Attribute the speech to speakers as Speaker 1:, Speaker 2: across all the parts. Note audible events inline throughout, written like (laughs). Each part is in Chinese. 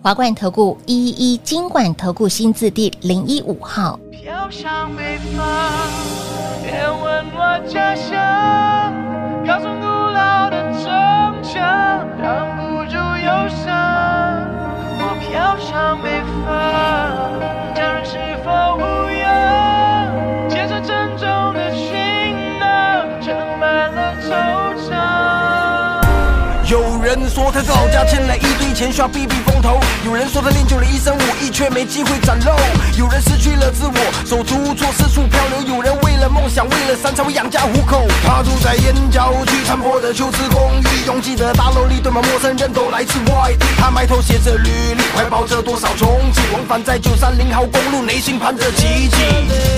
Speaker 1: 华冠投顾一一金管投顾新字第零一五号。
Speaker 2: 飘向北方，别问我家乡，高耸古老的城墙挡不住忧伤。我飘向北方，家人是否无恙？肩上沉重的行囊，盛满了惆怅。
Speaker 3: 有人说他老家欠了一堆钱，需要避避风头；有人说他练就了一身武艺，却没机会展露；有人失去了自我，手足无措，四处漂流；有人为了梦想，为了山才会养家糊口。他住在燕郊区残破的旧式公寓，拥挤的大楼里堆满陌生人，都来自外地。他埋头写着履历，怀抱着多少憧憬，往返在九三零号公路，内心盘着奇迹。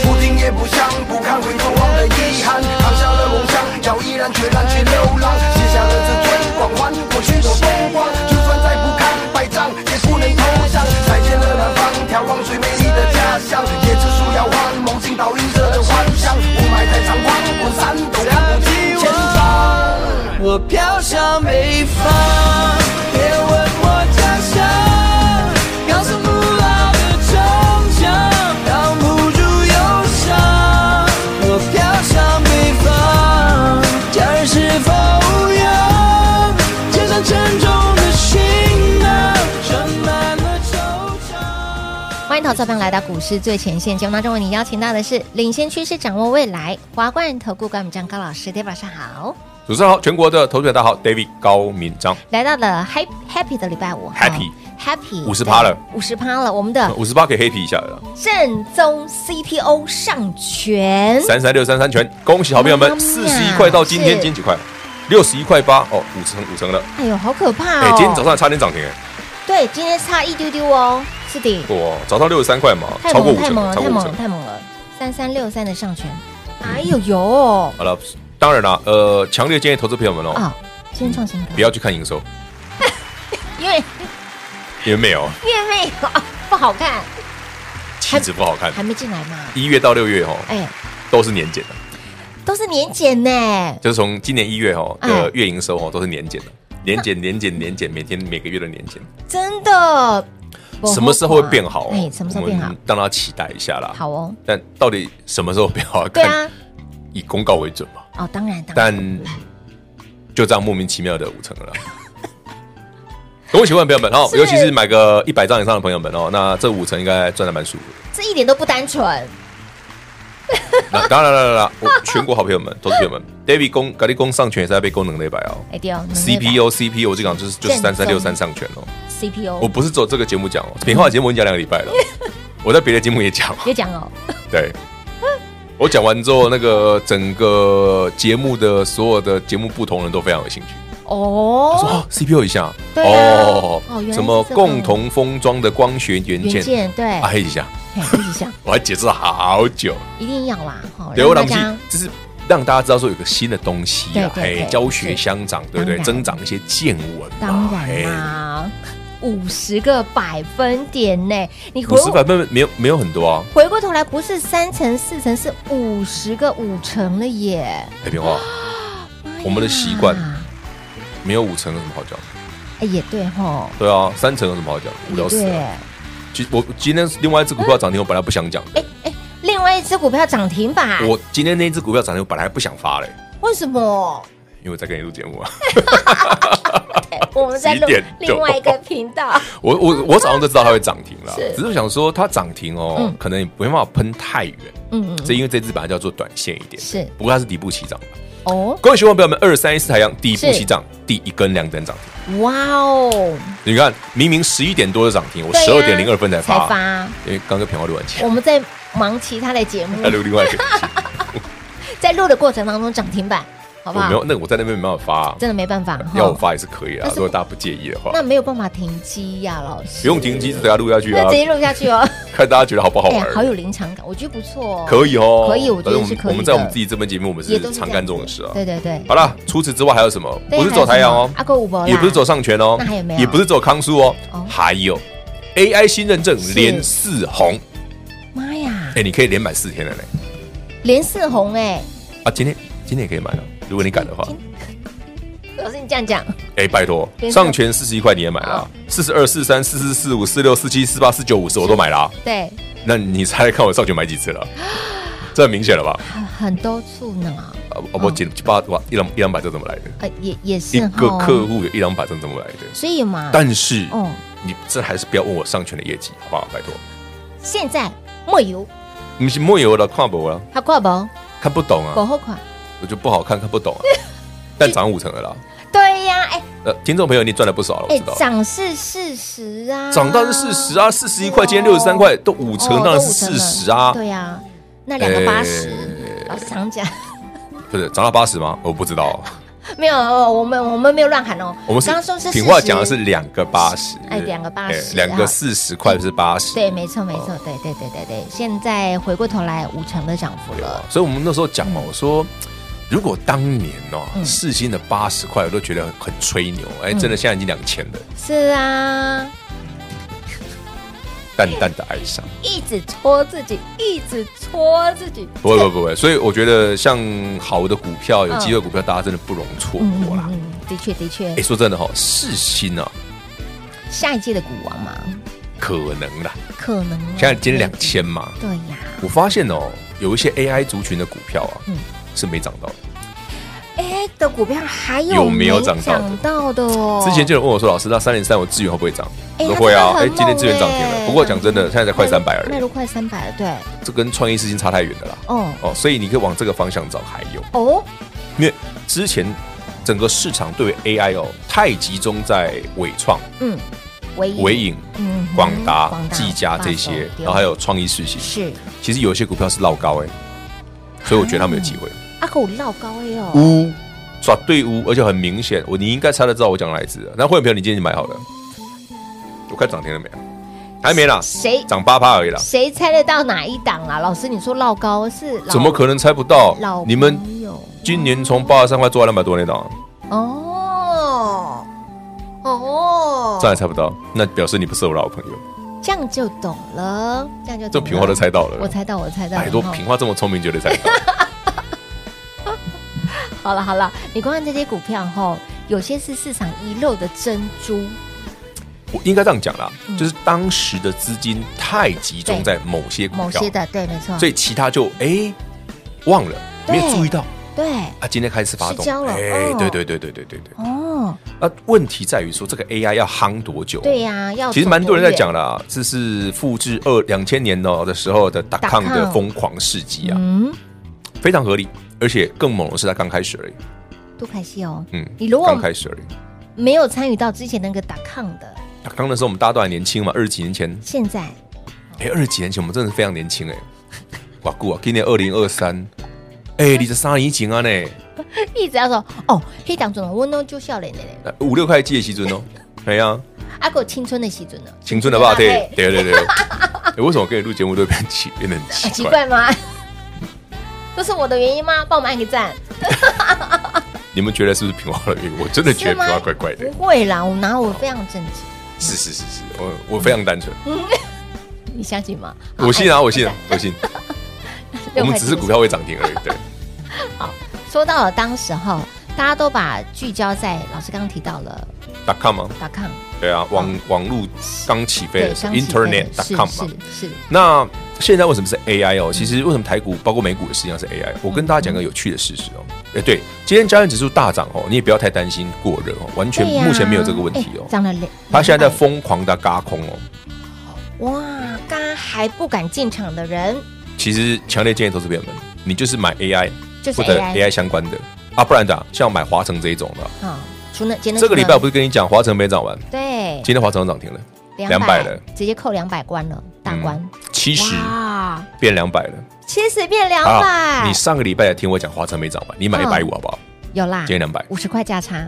Speaker 3: 不听也不想，不看回头望的遗憾，扛下了梦想，要毅然决然去流浪，卸下了自尊。光环，过去都风光，就算再不堪百丈，也不能投降。再见了南方，眺望最美丽的家乡，椰子树摇晃，梦境倒映着的幻想，雾霾太猖狂，滚山都看不清前方。
Speaker 2: 我飘向北方，别问我家乡，高耸古老的城墙挡不住忧伤。我飘向北方，家人是否无恙？肩上沉重的行囊，盛满了惆怅。
Speaker 1: 欢迎投资朋友来到股市最前线节目当中，为你邀请到的是领先趋势、掌握未来华冠投顾管理张高老师，大家晚上好。
Speaker 4: 主持人好，全国的投资者大家好，David 高敏章，
Speaker 1: 来到了 Happy Happy 的礼拜五
Speaker 4: Happy
Speaker 1: Happy
Speaker 4: 50%了，哦
Speaker 1: 五十趴了，我们的
Speaker 4: 五十八可以黑皮一下了，
Speaker 1: 正宗 CPO 上全
Speaker 4: 三三六三三全，恭喜好朋友
Speaker 1: 妈妈
Speaker 4: 们，四十一块到今
Speaker 1: 是
Speaker 4: 天今天几块？六十一块八哦，五成五成了，
Speaker 1: 哎呦，好可怕哦！
Speaker 4: 哎、今天早上差点涨停哎，
Speaker 1: 对，今天差一丢丢哦，是的，
Speaker 4: 哇，早上六十三块嘛，
Speaker 1: 太
Speaker 4: 超过
Speaker 1: 猛
Speaker 4: 五
Speaker 1: 了，太
Speaker 4: 成
Speaker 1: 猛，了，太猛了，
Speaker 4: 超过五成。
Speaker 1: 太猛了！三三六三的上全，哎呦呦，
Speaker 4: 好了，当然啦，呃，强烈建议投资朋友们哦，
Speaker 1: 哦，今天创新高，
Speaker 4: 不要去看营收，
Speaker 1: 因为
Speaker 4: 因为没有，
Speaker 1: 月妹啊不好看，
Speaker 4: 期指不好看，
Speaker 1: 还没进来嘛，
Speaker 4: 一月到六月哦，
Speaker 1: 哎，
Speaker 4: 都是年减的，
Speaker 1: 都是年检呢，
Speaker 4: 就是从今年一月哦
Speaker 1: 哎
Speaker 4: 的月营收哦都是年减的，年减年减年减，每天每个月的年减。
Speaker 1: 真的。
Speaker 4: 什么时候会变好？
Speaker 1: 哎，什么时候变好？？
Speaker 4: 让大家期待一下啦。
Speaker 1: 好哦，
Speaker 4: 但到底什么时候变好？
Speaker 1: 对啊，，
Speaker 4: 以公告为准嘛。
Speaker 1: 哦，当然，当然，
Speaker 4: 但就这样莫名其妙的五成了。恭喜问朋友们哦，
Speaker 1: 是
Speaker 4: 尤其是买个一百张以上的朋友们哦，那这五成应该赚的蛮舒服的。
Speaker 1: 这一点都不单纯。
Speaker 4: 那当然了啦，啦我全国好朋友们、投资朋友们，David 攻格力攻上权也是在被功能的一百哦。
Speaker 1: 哎对哦
Speaker 4: CPU CPU 我就讲就是就是
Speaker 1: 正宗
Speaker 4: 三三六三上权哦，我
Speaker 1: CPU
Speaker 4: 不是走这个节目讲哦，品化节目我已经讲两个礼拜了，我在别的节目也讲哦。
Speaker 1: 也讲哦，
Speaker 4: 对，我讲完之后，那个整个节目的所有的节目不同人都非常有兴趣。他说、
Speaker 1: 哦，
Speaker 4: 哦、：“CPU 一下，
Speaker 1: 对啊哦原来是
Speaker 4: 什么
Speaker 1: 这个
Speaker 4: 共同封装的光学元
Speaker 1: 原
Speaker 4: 件，
Speaker 1: 件对，
Speaker 4: 哎一下，
Speaker 1: 嘿一起讲，
Speaker 4: 我还解释了好久。
Speaker 1: 一定要
Speaker 4: (laughs)
Speaker 1: 啦，哈，
Speaker 4: 对，我
Speaker 1: 哦让
Speaker 4: 让
Speaker 1: 大家
Speaker 4: 就是让大家知道说有个新的东西啊，
Speaker 1: 对对对
Speaker 4: 哎，教学相长，对不
Speaker 1: 当
Speaker 4: 对？
Speaker 1: 然
Speaker 4: 增长一些见闻嘛
Speaker 1: 当，然啊
Speaker 4: 哎，
Speaker 1: 啦，五十个百分点呢，你
Speaker 4: 五
Speaker 1: 回
Speaker 4: 十百分没有没有很多啊，
Speaker 1: 回过头来不是三层四层，是五十个五层了耶。哎
Speaker 4: 哎，平花
Speaker 1: 妈呀
Speaker 4: 我们的习惯没有五成有什么好讲？
Speaker 1: 哎也对吼，
Speaker 4: 对啊，三成有什么好讲？无聊
Speaker 1: 也
Speaker 4: 死
Speaker 1: 对
Speaker 4: 了。”其我今天另外一只股票涨停，我本来不想讲的。
Speaker 1: 另外一只股票涨停板，
Speaker 4: 我今天那一只股票涨停，我本来不想发嘞，
Speaker 1: 为什
Speaker 4: (laughs)
Speaker 1: 么？
Speaker 4: 因为我在跟你录节目啊。 (laughs)
Speaker 1: 哎我们在
Speaker 4: 几
Speaker 1: 录
Speaker 4: 点
Speaker 1: 另外一个频
Speaker 4: (laughs)
Speaker 1: 道，
Speaker 4: 我我我早上就知道它会涨停了
Speaker 1: (laughs) 是，
Speaker 4: 只是想说它涨停哦
Speaker 1: 嗯，
Speaker 4: 可能也没办法喷太远。
Speaker 1: 嗯嗯，
Speaker 4: 这因为这只本来叫做短线一点，
Speaker 1: 是
Speaker 4: 不过它是底部起涨嘛。
Speaker 1: 哦，
Speaker 4: 各位学员朋友们，二三一四太阳底部
Speaker 1: 是
Speaker 4: 起涨，第一根两等涨停。
Speaker 1: 哇哦，
Speaker 4: 你看，明明十一点多的涨停，我
Speaker 1: 对呀
Speaker 4: 十二点零二分才
Speaker 1: 才
Speaker 4: 发，
Speaker 1: 发，
Speaker 4: 因为刚刚跟平花录完钱，
Speaker 1: 我们在忙其他的节目
Speaker 4: (laughs) 他，录另外一个。
Speaker 1: 在录的过程当中涨停板， (laughs) 好不
Speaker 4: 我
Speaker 1: 好
Speaker 4: 没？有，那我在那边没办法发啊，
Speaker 1: 真的没办法，
Speaker 4: 要我
Speaker 1: 哈
Speaker 4: 发也是可以啊，
Speaker 1: 但
Speaker 4: 如
Speaker 1: 是
Speaker 4: 果大家不介意的话，
Speaker 1: 那没有办法停机呀，老师。
Speaker 4: 不用停机，直接给它录下去
Speaker 1: 那
Speaker 4: 啊
Speaker 1: 直，接录下去哦。
Speaker 4: 看大家觉得好不好
Speaker 1: 哎，
Speaker 4: 玩
Speaker 1: 好。有临场感，我觉得不错哦。
Speaker 4: 可以哦，
Speaker 1: 可以我觉得
Speaker 4: 但我
Speaker 1: 是
Speaker 4: 们
Speaker 1: 可以的
Speaker 4: 我们在我们自己这边节目，我们
Speaker 1: 也
Speaker 4: 是
Speaker 1: 都是
Speaker 4: 常
Speaker 1: 这
Speaker 4: 干
Speaker 1: 样
Speaker 4: 这种
Speaker 1: 子
Speaker 4: 事啊。
Speaker 1: 对对啊对。
Speaker 4: 好啦，除此之外还有什么？不是走台阳哦，
Speaker 1: 阿哥五啊伯啦，
Speaker 4: 也不是走上权哦，
Speaker 1: 那还有没有
Speaker 4: 也不是走康舒哦
Speaker 1: 哦，
Speaker 4: 还有 AI 新认证
Speaker 1: 是
Speaker 4: 连四红，
Speaker 1: 妈呀，
Speaker 4: 哎，你可以连买四天了嘞。
Speaker 1: 连四红哎，
Speaker 4: 啊，今天今天也可以买了，如果你敢的话。
Speaker 1: 老师你这样讲，
Speaker 4: 哎，拜托，
Speaker 1: 连哦上
Speaker 4: 上权四十一块你也买了啊，四十二、四三、四四、四五、四六、四七、四八、四九、五
Speaker 1: 哦
Speaker 4: 十我都买了啊。
Speaker 1: 对，
Speaker 4: 那你猜看我上权买几次
Speaker 1: (gasps)
Speaker 4: 了？这很明显了吧？
Speaker 1: 很啊很多处呢，
Speaker 4: 啊，我
Speaker 1: 哦
Speaker 4: 我几几八哇一两一两百这怎么来的？
Speaker 1: 呃，也也是
Speaker 4: 一个
Speaker 1: 哈
Speaker 4: 客，户有一两百张怎么来的？
Speaker 1: 所以嘛，
Speaker 4: 但是
Speaker 1: 哦，
Speaker 4: 你这还是不要问我上权的业绩，好不好？拜托，
Speaker 1: 现在没有，
Speaker 4: 你是没有了，看不了，
Speaker 1: 他挂不？
Speaker 4: 看不懂
Speaker 1: 过
Speaker 4: 啊，
Speaker 1: 后款，
Speaker 4: 我就不好看，看
Speaker 1: (laughs)
Speaker 4: 不懂啊。但涨五成了啦，
Speaker 1: 对呀，哎
Speaker 4: 呃，听众朋友，你赚的不少了，我
Speaker 1: 哎
Speaker 4: 知道，，
Speaker 1: 涨是事实啊，
Speaker 4: 涨到是四十啊，四十一块，今天六十三块，都五
Speaker 1: 哦，
Speaker 4: 成，当然
Speaker 1: 都
Speaker 4: 是
Speaker 1: 五成
Speaker 4: 四
Speaker 1: 了
Speaker 4: 十啊，
Speaker 1: 对呀，那两个八十
Speaker 4: 哎，
Speaker 1: 老师常讲，
Speaker 4: 不是涨到八十吗？我不
Speaker 1: (laughs)
Speaker 4: 知道，
Speaker 1: 没有，哦我们我们没有乱喊哦，
Speaker 4: 我们
Speaker 1: 刚刚说
Speaker 4: 是
Speaker 1: 是
Speaker 4: 品话
Speaker 1: 40
Speaker 4: 讲的是两个八十，
Speaker 1: 哎两个80啊
Speaker 4: 哎两个四十块是八十，
Speaker 1: 对，没错，没错，
Speaker 4: 哦
Speaker 1: 对对对对对。现在回过头来，五成的涨幅
Speaker 4: 对吧
Speaker 1: 了，
Speaker 4: 所以我们那时候讲嘛，我说如果当年哦
Speaker 1: 嗯，
Speaker 4: 世新的八十块，我都觉得很吹牛，哎，真的现在已经两千了，
Speaker 1: 是啊，
Speaker 4: 淡淡的哀
Speaker 1: (laughs)
Speaker 4: 伤。
Speaker 1: 一直戳自己，一直戳自己。
Speaker 4: 不会不会不会，所以我觉得像好的股票、有机会的股票，大家真的不容错过啦。
Speaker 1: 嗯，的确的确
Speaker 4: 哎，，说真的哈，世新啊，
Speaker 1: 下一届的股王嘛，
Speaker 4: 可能啦，
Speaker 1: 可能啊
Speaker 4: 现在今天两，千嘛，
Speaker 1: 对呀，
Speaker 4: 我发现哦，有一些 AI 族群的股票啊
Speaker 1: 嗯，
Speaker 4: 是没涨到的。
Speaker 1: 哎的股票还有
Speaker 4: 有没有涨到的
Speaker 1: 涨到的哦？
Speaker 4: 之前就有人问我说，老师，那三零三我资源会不会涨？
Speaker 1: 哎
Speaker 4: 我说会啊，
Speaker 1: 它
Speaker 4: 哎，
Speaker 1: 真的很猛
Speaker 4: 今天资源涨停
Speaker 1: 哎
Speaker 4: 了。不过讲真的，现在才快三百而
Speaker 1: 迈
Speaker 4: 已，
Speaker 1: 入快三百了，对，
Speaker 4: 这跟创意世新差太远了啦。
Speaker 1: 哦
Speaker 4: 哦，所以你可以往这个方向找，还有，
Speaker 1: 哦，
Speaker 4: 因为之前整个市场对于 AI 哦太集中在伟创、
Speaker 1: 嗯，唯
Speaker 4: 伟影、
Speaker 1: 嗯哼
Speaker 4: 广达
Speaker 1: 广、达
Speaker 4: 技嘉
Speaker 1: 八
Speaker 4: 这
Speaker 1: 手
Speaker 4: 些，
Speaker 1: 对
Speaker 4: 然后还有创意世新，
Speaker 1: 是
Speaker 4: 其实有一些股票是老高哎，所以我觉得他们有机会，
Speaker 1: 阿狗绕高哎哦，
Speaker 4: 乌抓对乌，而且很明显，我你应该猜得到我讲哪一只的。那会员朋友，你今天已经买好了，我看涨停了没啊？还没啦，
Speaker 1: 谁
Speaker 4: 涨八趴而已啦，
Speaker 1: 谁猜得到哪一档啊？老师，你说绕高是老
Speaker 4: 怎么可能猜不到
Speaker 1: 老？哦
Speaker 4: 你们
Speaker 1: 朋友
Speaker 4: 今年从八十三块做到两百多那档啊，
Speaker 1: 哦哦，
Speaker 4: 这样还猜不到，那表示你不是我老朋友。
Speaker 1: 这样就懂了，这样就懂了
Speaker 4: 这平花都猜到了，
Speaker 1: 我猜到，我猜到了，
Speaker 4: 百多
Speaker 1: 哈
Speaker 4: 平花这么聪明，绝对猜到。
Speaker 1: (laughs) 好了好了，你光看这些股票哈，有些是市场遗漏的珍珠，
Speaker 4: 我应该这样讲啦
Speaker 1: 嗯，
Speaker 4: 就是当时的资金太集中在某些股
Speaker 1: 某
Speaker 4: 票，
Speaker 1: 些的对，没错，
Speaker 4: 所以其他就哎忘了，
Speaker 1: 对
Speaker 4: 没有注意到
Speaker 1: 对
Speaker 4: 啊。今天开始发
Speaker 1: 失
Speaker 4: 动
Speaker 1: 焦，了哦
Speaker 4: 对对对对对对对。
Speaker 1: 哦，
Speaker 4: 那问题在于说，这个 AI 要夯多久？
Speaker 1: 对呀，要
Speaker 4: 其实蛮多人在讲
Speaker 1: 了，
Speaker 4: 啦，这是复制二两千年哦的时候的达康的疯狂事迹啊，
Speaker 1: 嗯，
Speaker 4: 非常合理，而且更猛的是它刚开始而已，
Speaker 1: 多开心哦，
Speaker 4: 嗯，
Speaker 1: 你如果
Speaker 4: 刚开始而已。
Speaker 1: 没有参与到之前那个打抗的，
Speaker 4: 达康的时候我们大家都还年轻嘛，二十几年前，
Speaker 1: 现在 (laughs)
Speaker 4: 哎、二十几年前我们真的是非常年轻哎、 (laughs) 哇姑啊，今年二零二三，哎，你这三年前啊呢，
Speaker 1: 一直要说哦，黑党总我弄就笑脸的嘞，
Speaker 4: 呃五六块的时阵哦，哎呀、
Speaker 1: 阿狗青春的时阵呢，
Speaker 4: 青春的吧对
Speaker 1: 嘿
Speaker 4: 对对 (laughs) 对。哎为什么我跟你录节目都变奇变得很
Speaker 1: 啊
Speaker 4: 哎奇
Speaker 1: 奇 (laughs) 怪
Speaker 4: 怪？
Speaker 1: 吗？这是我的原因吗？帮我们按个赞，
Speaker 4: 你们觉得是不是平花的原因？我真的觉得
Speaker 1: 是吗
Speaker 4: 平花怪怪
Speaker 1: 不
Speaker 4: 的。
Speaker 1: 会啦，我拿我非常正经，
Speaker 4: 是是是是，我我非
Speaker 1: (laughs)
Speaker 4: 常单纯，
Speaker 1: 你相信吗？好
Speaker 4: 我信啊，
Speaker 1: 按
Speaker 4: 我信啊
Speaker 1: 按，
Speaker 4: 我
Speaker 1: (laughs)
Speaker 4: 信。
Speaker 1: 赞
Speaker 4: 我们只是股票会涨停而已，对，
Speaker 1: 说到了当时候，大家都把聚焦在老师刚刚提到了
Speaker 4: 打 com 嘛，
Speaker 1: 打抗，
Speaker 4: 对啊，网网络刚起飞的时候
Speaker 1: 刚起飞
Speaker 4: ，internet
Speaker 1: 的
Speaker 4: dot
Speaker 1: 是
Speaker 4: com 嘛，
Speaker 1: 是是，
Speaker 4: 那现在为什么是 AI 哦？其实为什么台股包括美股也是一样是 AI？我跟大家讲个有趣的事实哦。
Speaker 1: 嗯
Speaker 4: 哎，对，今天加权指数大涨哦，你也不要太担心过热哦，完全
Speaker 1: 对呀
Speaker 4: 目前没有这个问题
Speaker 1: 哎
Speaker 4: 哦。
Speaker 1: 涨了两，
Speaker 4: 它现在在疯狂的嘎空哦。
Speaker 1: 哇，刚刚还不敢进场的人
Speaker 4: 其实强烈建议投资朋友们，你就是买 AI
Speaker 1: 就是
Speaker 4: 或者
Speaker 1: AI
Speaker 4: AI 相关的啊，不然的像买华城这一种的。
Speaker 1: 啊，除了节能
Speaker 4: 这个礼拜
Speaker 1: 储
Speaker 4: 我不是跟你讲华城没涨完，
Speaker 1: 能对
Speaker 4: 今天华城涨停了，
Speaker 1: 200
Speaker 4: 200了，嗯
Speaker 1: 直接扣两百关了，大关。
Speaker 4: 七十
Speaker 1: 哇，
Speaker 4: 变两百了。
Speaker 1: 七十变两
Speaker 4: 啊，
Speaker 1: 百
Speaker 4: 你，上个礼拜也听我讲华城没涨完，你买一百五好不好？
Speaker 1: 有啦，
Speaker 4: 今天200
Speaker 1: 五十块价差，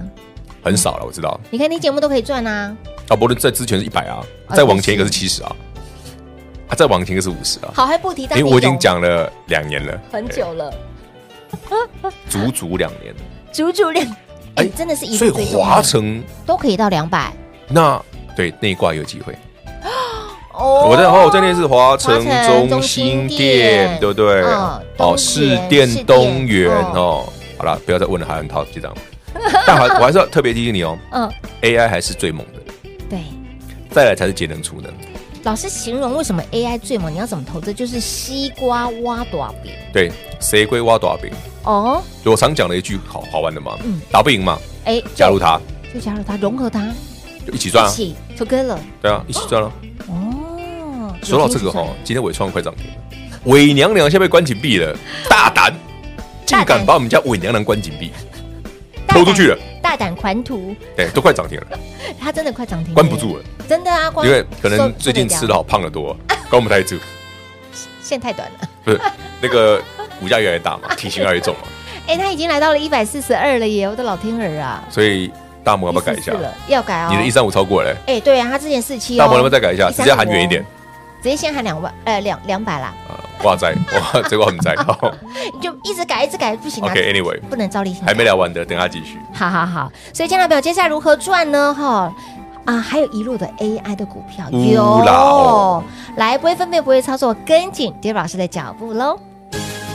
Speaker 4: 很少了，我知道。
Speaker 1: 你看你节目都可以赚啊，
Speaker 4: 啊，不论在之前是一百啊，
Speaker 1: 啊
Speaker 4: 再往前一个是
Speaker 1: 也
Speaker 4: 七十啊，啊，再往前一个是五十啊。
Speaker 1: 好还哦不提，但
Speaker 4: 因为
Speaker 1: 你
Speaker 4: 我已经
Speaker 1: 有
Speaker 4: 讲了两年了，
Speaker 1: 很久了，
Speaker 4: 足足两年，
Speaker 1: 足足两，哎，
Speaker 4: 哎
Speaker 1: 真的是一
Speaker 4: 所以
Speaker 1: 路追踪啊
Speaker 4: 华城
Speaker 1: 都可以到两百
Speaker 4: 那对内挂有机会。
Speaker 1: 哦
Speaker 4: 我在哦，这里是华城
Speaker 1: 华城中
Speaker 4: 中
Speaker 1: 心店
Speaker 4: 心店，对不对？
Speaker 1: 嗯东
Speaker 4: 哦，
Speaker 1: 园
Speaker 4: 市电
Speaker 1: 市
Speaker 4: 东
Speaker 1: 电
Speaker 4: 园
Speaker 1: 哦
Speaker 4: 哦。好了，不要再问了，还很好
Speaker 1: (laughs)
Speaker 4: 这张。但还我还是要特别提醒你哦
Speaker 1: 嗯，
Speaker 4: ，AI 还是最猛的，
Speaker 1: 对。
Speaker 4: 再来才是节能储能。
Speaker 1: 老师形容为什么 AI 最猛？你要怎么投资？就是西瓜挖短饼
Speaker 4: 对，谁归挖多少饼？
Speaker 1: 哦，
Speaker 4: 我常讲的一句好好玩的嘛
Speaker 1: 嗯，
Speaker 4: 打不赢嘛，
Speaker 1: 哎，
Speaker 4: 加入它
Speaker 1: 就加入它，融合它，
Speaker 4: 就一起赚
Speaker 1: 一
Speaker 4: 啊，
Speaker 1: 起 together
Speaker 4: 对啊，一起赚了。
Speaker 1: 哦。
Speaker 4: 说到这个哈，今天伟创快涨停了，伪娘娘现在被关紧闭了，大胆，竟
Speaker 1: 大胆
Speaker 4: 敢把我们家伪娘娘关紧闭，
Speaker 1: 大
Speaker 4: 偷
Speaker 1: 胆
Speaker 4: 出去了，啊
Speaker 1: 大胆狂徒，
Speaker 4: 对，都快涨停了，
Speaker 1: 它真的快涨停，
Speaker 4: 关不，住了。
Speaker 1: 真的啊，关
Speaker 4: 因为可
Speaker 1: 受
Speaker 4: 能最近
Speaker 1: 受
Speaker 4: 吃
Speaker 1: 得
Speaker 4: 的
Speaker 1: 了
Speaker 4: 好胖的多，关不太住，
Speaker 1: 线太短了。 (laughs)
Speaker 4: 不是那个骨架越来越大嘛，体型越来
Speaker 1: (laughs)
Speaker 4: 越重嘛，
Speaker 1: 哎，它已经来到了一百四十二了耶，我的老天儿啊！
Speaker 4: 所以大魔要不要改一下啊
Speaker 1: 144？了？要改哦。
Speaker 4: 你的一三五超过了，
Speaker 1: 哎，对啊，它之前四七哦。
Speaker 4: 大魔要不要再改一下？直接喊远一点
Speaker 1: 135哦，直接先喊两万，呃，两两百啦，
Speaker 4: 啊！哇塞，哇，这个我们在。好
Speaker 1: 你就一直改，一直改，不行啊，
Speaker 4: OK，Anyway，
Speaker 1: 不能照例行。
Speaker 4: 还没聊完的，等下继续。
Speaker 1: 好好好，所以亲爱的朋友，接下来如何赚呢？哈啊，还有一路的 AI 的股票
Speaker 4: 呜啦哦
Speaker 1: 来不会分辨，不会操作，跟紧 d a 老师的脚步喽。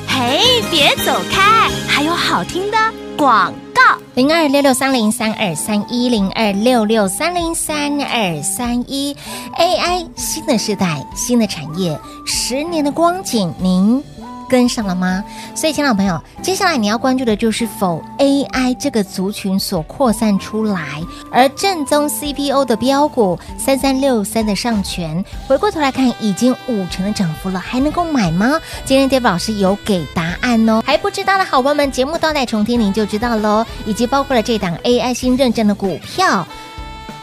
Speaker 5: 嘿，别走开，还有好听的广告。
Speaker 1: 零二六六三零三二三一零二六六三零三二三一，AI 新的时代，新的产业，十年的光景，您跟上了吗？所以，亲爱的朋友，接下来你要关注的就是否 AI 这个族群所扩散出来，而正宗 CPO 的标股三三六三的上权，回过头来看已经五成的涨幅了，还能够买吗？今天 Dave 老师有给答案哦，还不知道的好朋友们，节目倒带重听您就知道喽，以及包括了这档 AI 新认证的股票。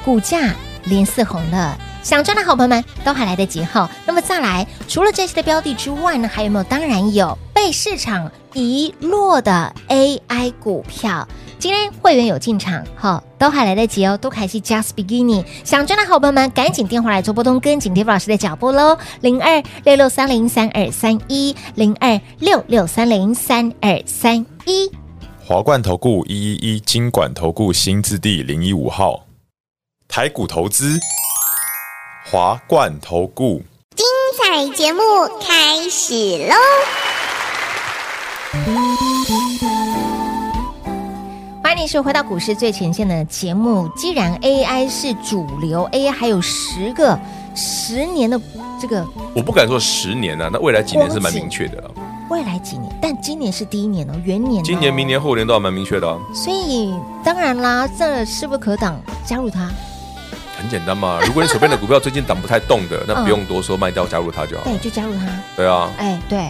Speaker 1: 股价连四红了。想赚的好朋友们都还来得及哈。那么再来，除了这些的标的之外呢，还有没有？当然有被市场遗落的 AI 股票。今天会员有进场哈，都还来得及哦，都还是 just beginning。想赚的好朋友们，赶紧电话来做波通，跟紧 d a 老师的脚步喽，零二六六三零三二三一，零二六六三零三二三一。
Speaker 6: 华冠投顾一一一金管投顾新字第零一五号，台股投资，华冠投顾。
Speaker 7: 彩节目开始喽！
Speaker 1: 欢迎你是回到股市最前线的节目。既然 AI 是主流，AI 还有十个十年的这个
Speaker 4: 我不敢说十年啊，那未来几年是蛮明确的啊。
Speaker 1: 未来几年，但今年是第一年哦，元年、
Speaker 4: 今年、明年、，后年都还蛮明确的啊，
Speaker 1: 所以当然啦，这势不可挡，加入它，
Speaker 4: 很简
Speaker 1: (laughs)
Speaker 4: 单嘛。如果你手边的股票最近挡不太动的，那
Speaker 1: 嗯
Speaker 4: 不用多说，卖掉加入它就好。
Speaker 1: 对，就加入它，
Speaker 4: 对啊，
Speaker 1: 哎，对。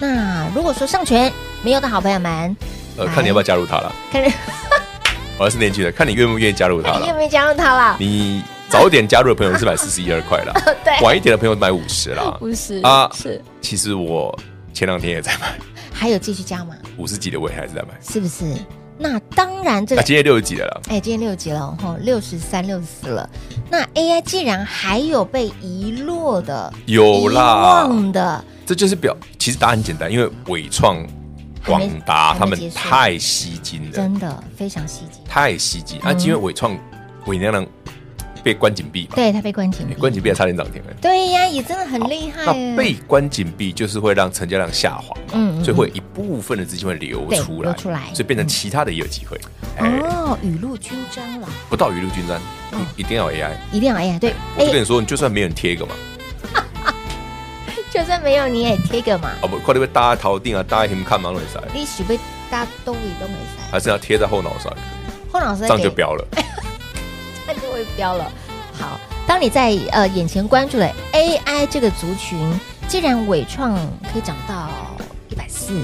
Speaker 1: 那如果说上权没有的好朋友们，
Speaker 4: 呃，看你要不要加入它了。
Speaker 1: 看人
Speaker 4: 我还是年轻人，看你愿不愿意加入它
Speaker 1: 看 (laughs) 你有
Speaker 4: 了。
Speaker 1: 没有加入它啦？
Speaker 4: 你早一点加入的朋友是买四十一二块啦，
Speaker 1: (laughs) 对
Speaker 4: 晚一点的朋友买五十啦。
Speaker 1: 五十
Speaker 4: 啊
Speaker 1: 是
Speaker 4: 其实我前两天也在买
Speaker 1: 还有继续加嘛？
Speaker 4: 五十几的，我也还是在买。
Speaker 1: 是不是？那当然，这
Speaker 4: 那
Speaker 1: 个
Speaker 4: 啊今天六十几的了，
Speaker 1: 哎，今天六级了，吼，六十三、六十四了。那 AI 既然还有被遗落的、
Speaker 4: 有
Speaker 1: 遗
Speaker 4: 啦。
Speaker 1: 忘的，
Speaker 4: 这就是表，其实答案很简单，因为伟创、广达
Speaker 1: 还没还
Speaker 4: 他
Speaker 1: 没
Speaker 4: 们
Speaker 1: 结束
Speaker 4: 太吸睛了，
Speaker 1: 真的嗯非常吸睛。
Speaker 4: 太吸睛。啊，因为伟创、伟娘娘被关紧闭嘛，
Speaker 1: 对，它被关紧
Speaker 4: 哎
Speaker 1: 闭，
Speaker 4: 关紧闭还差点涨停了。
Speaker 1: 对哎呀，也真的很厉害耶。
Speaker 4: 那被关紧闭就是会让成交量下滑，
Speaker 1: 嗯嗯
Speaker 4: 所以会有一部分的资金会流
Speaker 1: 对
Speaker 4: 出
Speaker 1: 流
Speaker 4: 来，
Speaker 1: 出来
Speaker 4: 所以变成其他的也有机会。哎，
Speaker 1: 哦，雨露均沾了，
Speaker 4: 不到雨露均沾
Speaker 1: 哦，
Speaker 4: 一一定要有 AI。
Speaker 1: 一定要 AI 对哎
Speaker 4: 我就跟
Speaker 1: ，AI
Speaker 4: 你说，你就算没有人贴一个嘛，
Speaker 1: 就算没有你也贴个嘛，
Speaker 4: 啊不，快点被大家头定啊，大家你们看忙乱塞，
Speaker 1: 你许被大家都给都没塞，
Speaker 4: 还是要贴在后脑勺，
Speaker 1: 后脑勺
Speaker 4: 这样就
Speaker 1: 给
Speaker 4: 标了。
Speaker 1: 它就会飙了。好，当你在呃眼前关注了 AI 这个族群，既然伟创可以涨到一百四，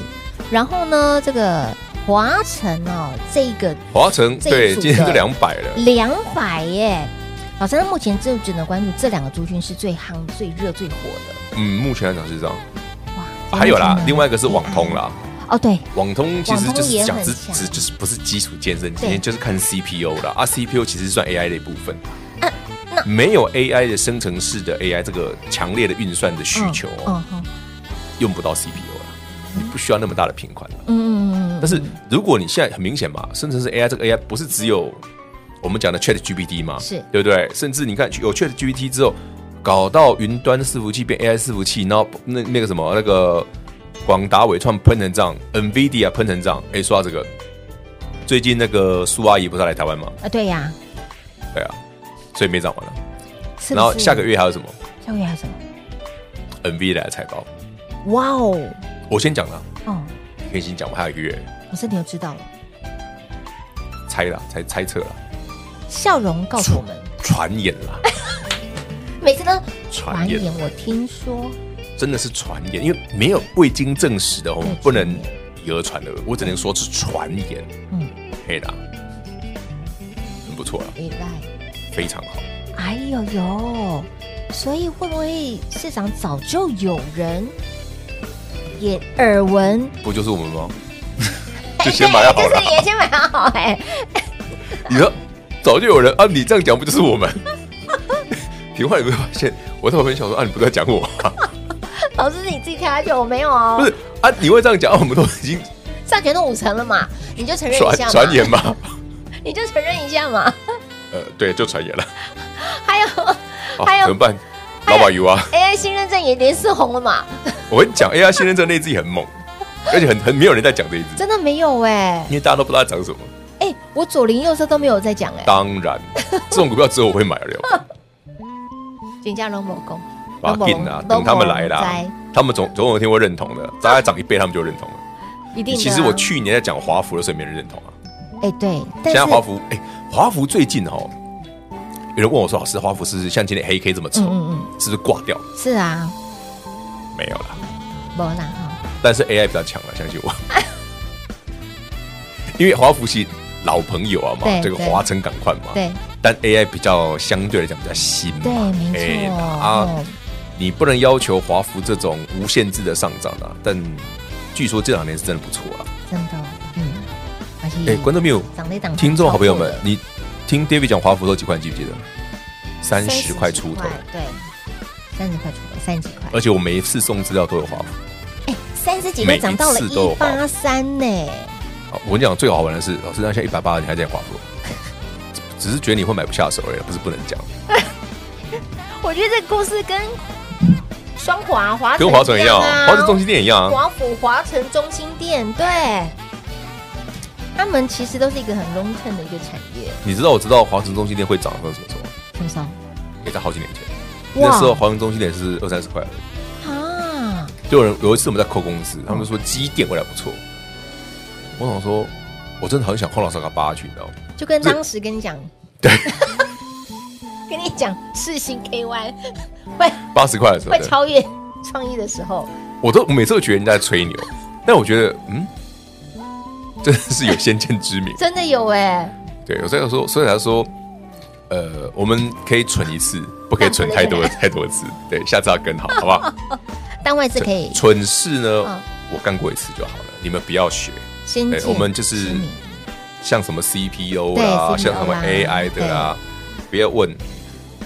Speaker 1: 然后呢，这个华晨哦，这个
Speaker 4: 华城
Speaker 1: 这一
Speaker 4: 对，
Speaker 1: 组
Speaker 4: 今天
Speaker 1: 的
Speaker 4: 就两百了。
Speaker 1: 两百耶，老师，那目前就只能关注这两个族群是最夯、最热、最火的。
Speaker 4: 嗯，目前来讲是这样。
Speaker 1: 哇，
Speaker 4: 还有啦，另外一个是
Speaker 1: 嗯
Speaker 4: 网通啦，
Speaker 1: 哦，对，
Speaker 4: 网通其实就
Speaker 1: 网通也
Speaker 4: 是
Speaker 1: 很
Speaker 4: 讲只
Speaker 1: 强
Speaker 4: 只就是不是基础健身，今
Speaker 1: 对
Speaker 4: 天就是看 CPU 啦。啊，CPU 其实算 AI 的一部分。
Speaker 1: 啊
Speaker 4: 没有 AI 的生成式的 AI 这个强烈的运算的需求哦，
Speaker 1: 嗯哼
Speaker 4: 用不到 CPU 了，你不需要那么大的频宽了。
Speaker 1: 嗯嗯嗯嗯
Speaker 4: 但是如果你现在很明显嘛，生成式 AI 这个 AI 不是只有我们讲的 Chat GPT 嘛，
Speaker 1: 是
Speaker 4: 对不对？甚至你看有 Chat GPT 之后，搞到云端伺服器变 AI 伺服器，然后那那个什么那个广达伟创喷成这样，NVIDIA 喷成这样，哎，说到这个，最近那个苏阿姨不是来台湾吗？
Speaker 1: 嗯，啊，对呀，
Speaker 4: 对啊，所以没涨完了。
Speaker 1: 是不是
Speaker 4: 然后下个月还有什么
Speaker 1: 下个月还有什么？
Speaker 4: NVIDIA 的财报？
Speaker 1: 哇哦，
Speaker 4: 我先讲了，
Speaker 1: 哦，
Speaker 4: 你可以先讲，我还有一个月
Speaker 1: 我真的又知道了，
Speaker 4: 猜啦，猜猜测啦，
Speaker 1: 笑容告诉我们，
Speaker 4: 传言啦，
Speaker 1: 哎每次呢，
Speaker 4: 传言
Speaker 1: 我听说，
Speaker 4: 真的是传言，因为没有未经证实的，我们
Speaker 1: 对
Speaker 4: 不能以讹传讹，我只能说是传言。
Speaker 1: 嗯，
Speaker 4: 黑啦，很不错啦，
Speaker 1: 一拜，
Speaker 4: 非常好。
Speaker 1: 哎呦呦，所以会不会市场早就有人也耳闻？哎
Speaker 4: 不就是我们
Speaker 1: (laughs)
Speaker 4: 吗？就先买好
Speaker 1: 就是
Speaker 4: 了。
Speaker 1: 也先买好哎，
Speaker 4: 你说早就有人按你这样讲，不就是
Speaker 1: (laughs)
Speaker 4: 我们？平话有没有发现？我在旁边想说，啊，你不是在讲我
Speaker 1: 哦
Speaker 4: 吗？
Speaker 1: 老师你自己跳下去，我没有哦，
Speaker 4: 不是啊，你会这样讲，啊，我们都已经
Speaker 1: 上权都五成了嘛，你就承认一
Speaker 4: 传
Speaker 1: 下嘛，
Speaker 4: 传言嘛。
Speaker 1: 你就承认一下嘛， (laughs)
Speaker 4: 呃，对，就传言了。
Speaker 1: 还有
Speaker 4: 啊
Speaker 1: 还有
Speaker 4: 怎么办？老板油啊！
Speaker 1: AI 新认证也连四红了嘛，
Speaker 4: 我跟你讲，AI 信任这那一只也很
Speaker 1: (laughs)
Speaker 4: 猛，而且很很没有人在讲这一只，
Speaker 1: 真的没有哎，
Speaker 4: 因为大家都不知道它讲什么。
Speaker 1: 哎，我左邻右舍都没有在讲哎，
Speaker 4: 当然，这种股票只有我会买
Speaker 1: (laughs)
Speaker 4: 了，
Speaker 1: 人家龙某公，
Speaker 4: 把它定啦，啊等他们来啦
Speaker 1: 在，
Speaker 4: 他们总总有一天会认同的，大概涨一倍他们就认同了。
Speaker 1: 一定的啊。
Speaker 4: 其实我去年在讲华孚的时候，没人认同啊。
Speaker 1: 哎对，但
Speaker 4: 现
Speaker 1: 是
Speaker 4: 在华孚，哎，华孚最近哦，有人问我说，老师，华孚是不是像今天黑 K 这么丑
Speaker 1: 嗯，嗯
Speaker 4: 是不是挂掉？
Speaker 1: 嗯，是啊，
Speaker 4: 没有啦，
Speaker 1: 没啦哦哈，
Speaker 4: 但是 AI 比较强了，相信
Speaker 1: (laughs)
Speaker 4: 我，因为华孚是老朋友啊嘛
Speaker 1: 对，
Speaker 4: 这个
Speaker 1: 对
Speaker 4: 华晨港快嘛，
Speaker 1: 对
Speaker 4: 但 AI 比较相对来讲比较新嘛，
Speaker 1: 对，没
Speaker 4: AI
Speaker 1: 错
Speaker 4: 啦啊
Speaker 1: 哦，，
Speaker 4: 你不能要求华孚这种无限制的上涨啊，但据说这两年是真的不错啊。
Speaker 1: 真的，嗯，而且
Speaker 4: 哎，观众朋友、
Speaker 1: 长得长，
Speaker 4: 听众好朋友们，你听 David 讲华孚都几块，你记不记得？三十块出头呃
Speaker 1: 块，对，三十块出头，三十几块，
Speaker 4: 而且我每一次送资料都有华孚。
Speaker 1: 哎，三十几块涨到了
Speaker 4: 每一次都有
Speaker 1: 一
Speaker 4: 花
Speaker 1: 八三呢，
Speaker 4: 好啊我跟你讲，最好玩的是，老师，那现在一百八，你还在华孚， (laughs) 只只是觉得你会买不下手而已，不是不能讲，
Speaker 1: 啊我觉得这故事跟双华华
Speaker 4: 跟华晨一样
Speaker 1: 啊
Speaker 4: 啊，华晨中心店也一样啊。
Speaker 1: 华府华城中心店，对，他们其实都是一个很 long term 的一个产业，
Speaker 4: 你知道我知道华晨中心店会涨到什么时候吗？
Speaker 1: 是不是啊？
Speaker 4: 也在好几年前，
Speaker 1: 哇
Speaker 4: 那时候华晨中心店是二三十块而已。
Speaker 1: 啊，
Speaker 4: 就有人有一次我们在扣工
Speaker 1: 嗯
Speaker 4: 资，他们就说机电未来不错。我想说，我真的很想换到三个八去，你知道吗？
Speaker 1: 就跟
Speaker 4: 这
Speaker 1: 当时跟你讲，
Speaker 4: 对，
Speaker 1: (laughs) 跟你讲世新
Speaker 4: (laughs)
Speaker 1: KY 会
Speaker 4: 八十块的时候
Speaker 1: 会
Speaker 4: 对，
Speaker 1: 超越创意的时候，
Speaker 4: 我都我每次都觉得人家在吹牛，但我觉得，嗯，真的是有先见之
Speaker 1: (laughs)
Speaker 4: 明。
Speaker 1: 真的有哎、
Speaker 4: 对，有时候说，所以才说，呃，我们可以存一次，不可以存
Speaker 1: (laughs)
Speaker 4: 太多太多次。对，下次要更好，好不好？
Speaker 1: 单位是 (laughs) 可以
Speaker 4: 蠢事呢
Speaker 1: 嗯，
Speaker 4: 我干过一次就好了，你们不要学。
Speaker 1: 先
Speaker 4: 对
Speaker 1: 见，
Speaker 4: 哎我们就是
Speaker 1: 之明
Speaker 4: 像什么 CPU
Speaker 1: 对
Speaker 4: 啦，
Speaker 1: CPU
Speaker 4: 像什么
Speaker 1: 啦
Speaker 4: AI 的啦，不要问，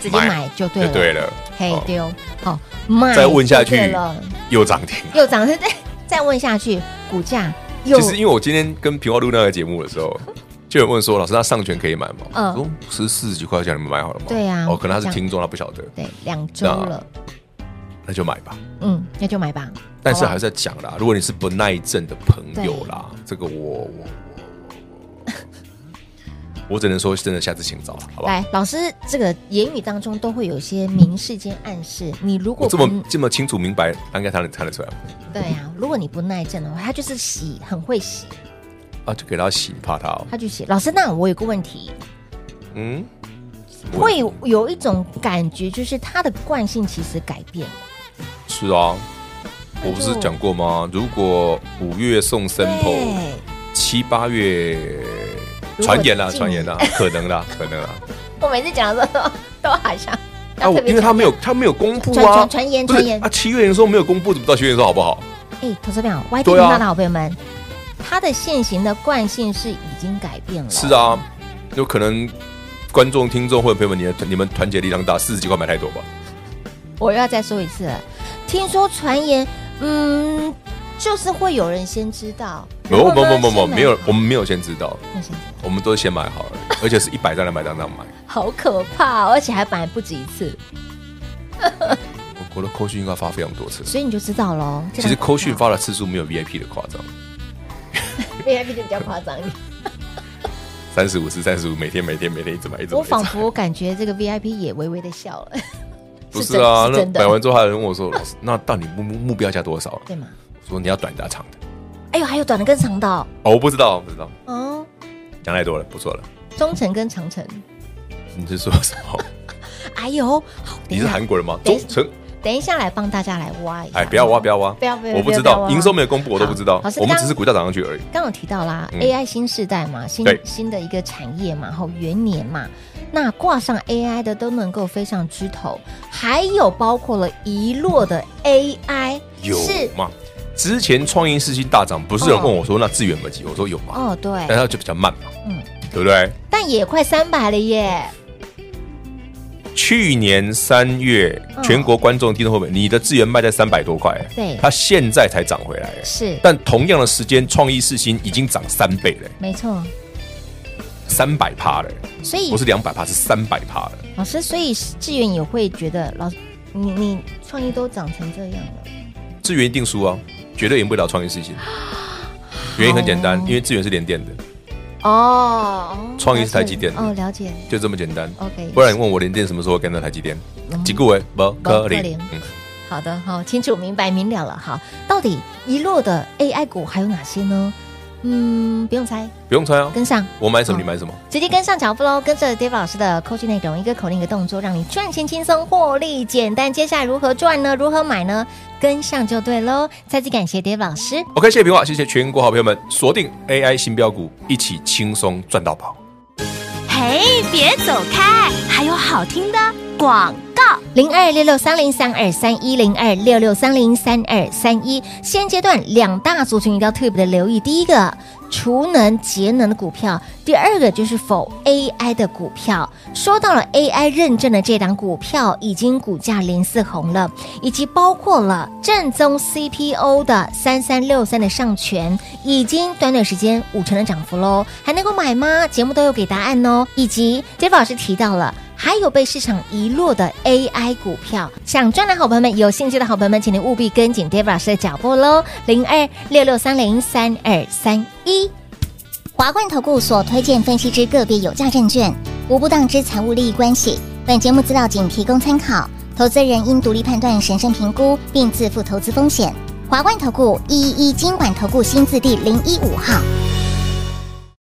Speaker 1: 直接买就对
Speaker 4: 就
Speaker 1: 了，
Speaker 4: 对了。
Speaker 1: 嘿
Speaker 4: 哦
Speaker 1: 丢哦，买
Speaker 4: 再问下
Speaker 1: 就对
Speaker 4: 去
Speaker 1: 了，
Speaker 4: 又涨停。
Speaker 1: 又涨 (laughs) 对，再问下去股价又
Speaker 4: 其实因为我今天跟平花录那个节目的时候，就有人问说：“老师，那上权可以买吗？”
Speaker 1: 嗯
Speaker 4: 嗯，说是四十几块钱，你们买好了吗？
Speaker 1: 对啊
Speaker 4: 哦，可能他是听众，他不晓得，
Speaker 1: 对两周
Speaker 4: 那
Speaker 1: 了，
Speaker 4: 那就买吧。
Speaker 1: 嗯，那就买吧。
Speaker 4: 但是
Speaker 1: 好不好啊
Speaker 4: 还是要讲啦，如果你是不耐症的朋友啦，这个我我我我我只能说，真的下次请早，好啊不好？
Speaker 1: 来，老师这个言语当中都会有一些明示兼暗示。你如果
Speaker 4: 我这
Speaker 1: 不
Speaker 4: 么这么清楚明白，大概他能看得出来吗
Speaker 1: 对
Speaker 4: (laughs)
Speaker 1: 啊，如果你不耐症的话，他就是洗，很会洗，
Speaker 4: 啊，就给他洗，你怕他哦。
Speaker 1: 他就洗。老师，那我有个问题，
Speaker 4: 嗯，我
Speaker 1: 会有一种感觉，就是他的惯性其实改变了。
Speaker 4: 是啊，我不是讲过吗？如果五月送 sample，
Speaker 1: 对，
Speaker 4: 七八月
Speaker 1: 如果
Speaker 4: 传言啦，
Speaker 1: 进
Speaker 4: 传
Speaker 1: (laughs)
Speaker 4: 言啦，可能啦，可能啦。
Speaker 1: 我每次讲的时候都好像 (laughs)
Speaker 4: 啊，
Speaker 1: 要
Speaker 4: 我
Speaker 1: 特别
Speaker 4: 因为他没有他没有公布
Speaker 1: 传
Speaker 4: 啊，
Speaker 1: 传传言
Speaker 4: 不是
Speaker 1: 传言
Speaker 4: 啊，七月营收没有公布，怎么知道七月营收好不好？
Speaker 1: 哎，投资朋友，YT 频
Speaker 4: 对啊
Speaker 1: 道的好朋友们，它的现行的惯性是已经改变了。
Speaker 4: 是，啊，有可能观众、听众或者朋友们，你的你们团结力量大，四十几块买太多吧？
Speaker 1: 我又要再说一次了。听说传言，嗯，就是会有人先知道。
Speaker 4: 没
Speaker 1: 然后
Speaker 4: 有没有
Speaker 1: 呢
Speaker 4: 没有没有，
Speaker 1: 先买
Speaker 4: 没有，我们没有先知道，
Speaker 1: 那先知道
Speaker 4: 我们都是先买好了，而且是一百张、两百张这样买。
Speaker 1: 好可怕、哦，而且还买不止一次，
Speaker 4: 我我的扣讯应该发非常多次，
Speaker 1: 所以你就知道喽。这
Speaker 4: 其实
Speaker 1: 两个
Speaker 4: 扣讯
Speaker 1: (laughs) 知道
Speaker 4: 发的次数没有 VIP 的夸张，
Speaker 1: VIP 就比较夸张一点。
Speaker 4: (laughs) 三十五次、三十五，每天每天每天一直买，一直买。
Speaker 1: 我仿
Speaker 4: 一直买
Speaker 1: 佛感觉这个 VIP 也微微的笑
Speaker 4: (laughs)
Speaker 1: 了，
Speaker 4: 不是啊，
Speaker 1: 真是真
Speaker 4: 那买完
Speaker 1: 的，
Speaker 4: 之后还有人问我说：“老师，那到底目目目标价多少
Speaker 1: 对吗？？”
Speaker 4: 我说你要短的、长的。
Speaker 1: 哎呦，还有短的跟长的哦
Speaker 4: 哦，我不知道，我不知道，
Speaker 1: 哦，
Speaker 4: 讲太多了，不错了。
Speaker 1: 中程跟长程。
Speaker 4: 你是说什
Speaker 1: (laughs)
Speaker 4: 么？
Speaker 1: 哎呦，好
Speaker 4: 你是
Speaker 1: 等一下
Speaker 4: 韩国人吗？
Speaker 1: 等一
Speaker 4: 忠
Speaker 1: 下
Speaker 4: 诚，
Speaker 1: 等一下来帮大家来挖一下。
Speaker 4: 哎，不要挖，不要挖，
Speaker 1: 不要不要
Speaker 4: 我不知
Speaker 1: 不要不要
Speaker 4: 道，
Speaker 1: 挖
Speaker 4: 营收没有公布，我都不知道
Speaker 1: 好老师，
Speaker 4: 我们
Speaker 1: 刚
Speaker 4: 只是股价涨上去而已。
Speaker 1: 刚有提到啦、
Speaker 4: 嗯
Speaker 1: a i 新时代嘛，新
Speaker 4: 对
Speaker 1: 新的一个产业嘛，然后元年嘛，那挂上 AI 的都能够飞上枝头，还有包括了遗落的 AI
Speaker 4: 有
Speaker 1: 是嗯
Speaker 4: 嘛？之前创意世新大涨，不是有人问我说那资源有没有急？我说有嘛，
Speaker 1: 哦，对，
Speaker 4: 但它就比较慢嘛，
Speaker 1: 嗯
Speaker 4: 对不对？
Speaker 1: 但也快三百了耶，
Speaker 4: 去年三月
Speaker 1: 嗯，
Speaker 4: 全国观众听众会不会？你的资源卖在三百多块，
Speaker 1: 对
Speaker 4: 它现在才涨回来。
Speaker 1: 是
Speaker 4: 但同样的时间，创意世新已经涨三倍了，
Speaker 1: 没错，
Speaker 4: 三百趴了，
Speaker 1: 所以
Speaker 4: 不是两百趴，是三百趴了。
Speaker 1: 老师，所以志远也会觉得老你你创意都长成这样了，
Speaker 4: 资源一定输啊，绝对赢不了创意世新。
Speaker 1: (gasps)
Speaker 4: 原因很简单，因为资源是联电的，
Speaker 1: 哦，哦
Speaker 4: 创意是台积电的
Speaker 1: 哦，了解
Speaker 4: 就这么简单。
Speaker 1: ，OK，
Speaker 4: 不然你问我联电什么时候跟到台积电？
Speaker 1: 哦嗯
Speaker 4: 几个位？不可
Speaker 1: 不可能
Speaker 4: 能。嗯，
Speaker 1: 好的，好清楚明白明了了。好，到底一落的 AI 股还有哪些呢？嗯，不用猜，
Speaker 4: 不用猜啊，
Speaker 1: 跟上，
Speaker 4: 我买什么
Speaker 1: 哦
Speaker 4: 你买什么。
Speaker 1: 直接跟上脚步喽。跟着 Dave 老师的扣讯内容，一个口令一个动作，让你赚钱轻松，获利简单。接下来如何赚呢？如何买呢？跟上就对喽。再次感谢 Dave 老师。
Speaker 4: OK，谢谢平话，谢谢全国好朋友们，锁定 AI 新标股，一起轻松赚到宝。
Speaker 5: 嘿，别走开，还有好听的广告。
Speaker 1: 零二六六三零三二三一零二六六三零三二三一。现阶段两大族群一定要特别的留意，第一个储能节能的股票，第二个就是否 AI 的股票。说到了 AI 认证的这档股票，已经股价零四红了，以及包括了正宗 CPO 的三三六三的上权，已经短短时间五成的涨幅喽，还能够买吗？节目都有给答案哦。以及 Jeff 老师提到了，还有被市场遗落的 AI 股票，想赚的好朋友们，有兴趣的好朋友们，请您务必跟紧 Jeff 老师的脚步喽，零二六六三零三二三一。
Speaker 7: 华冠投顾所推荐分析之个别有价证券，无不当之财务利益关系。本节目资料仅提供参考，投资人应独立判断、审慎评估，并自负投资风险。华冠投顾一一一金管投顾新字第零一五号。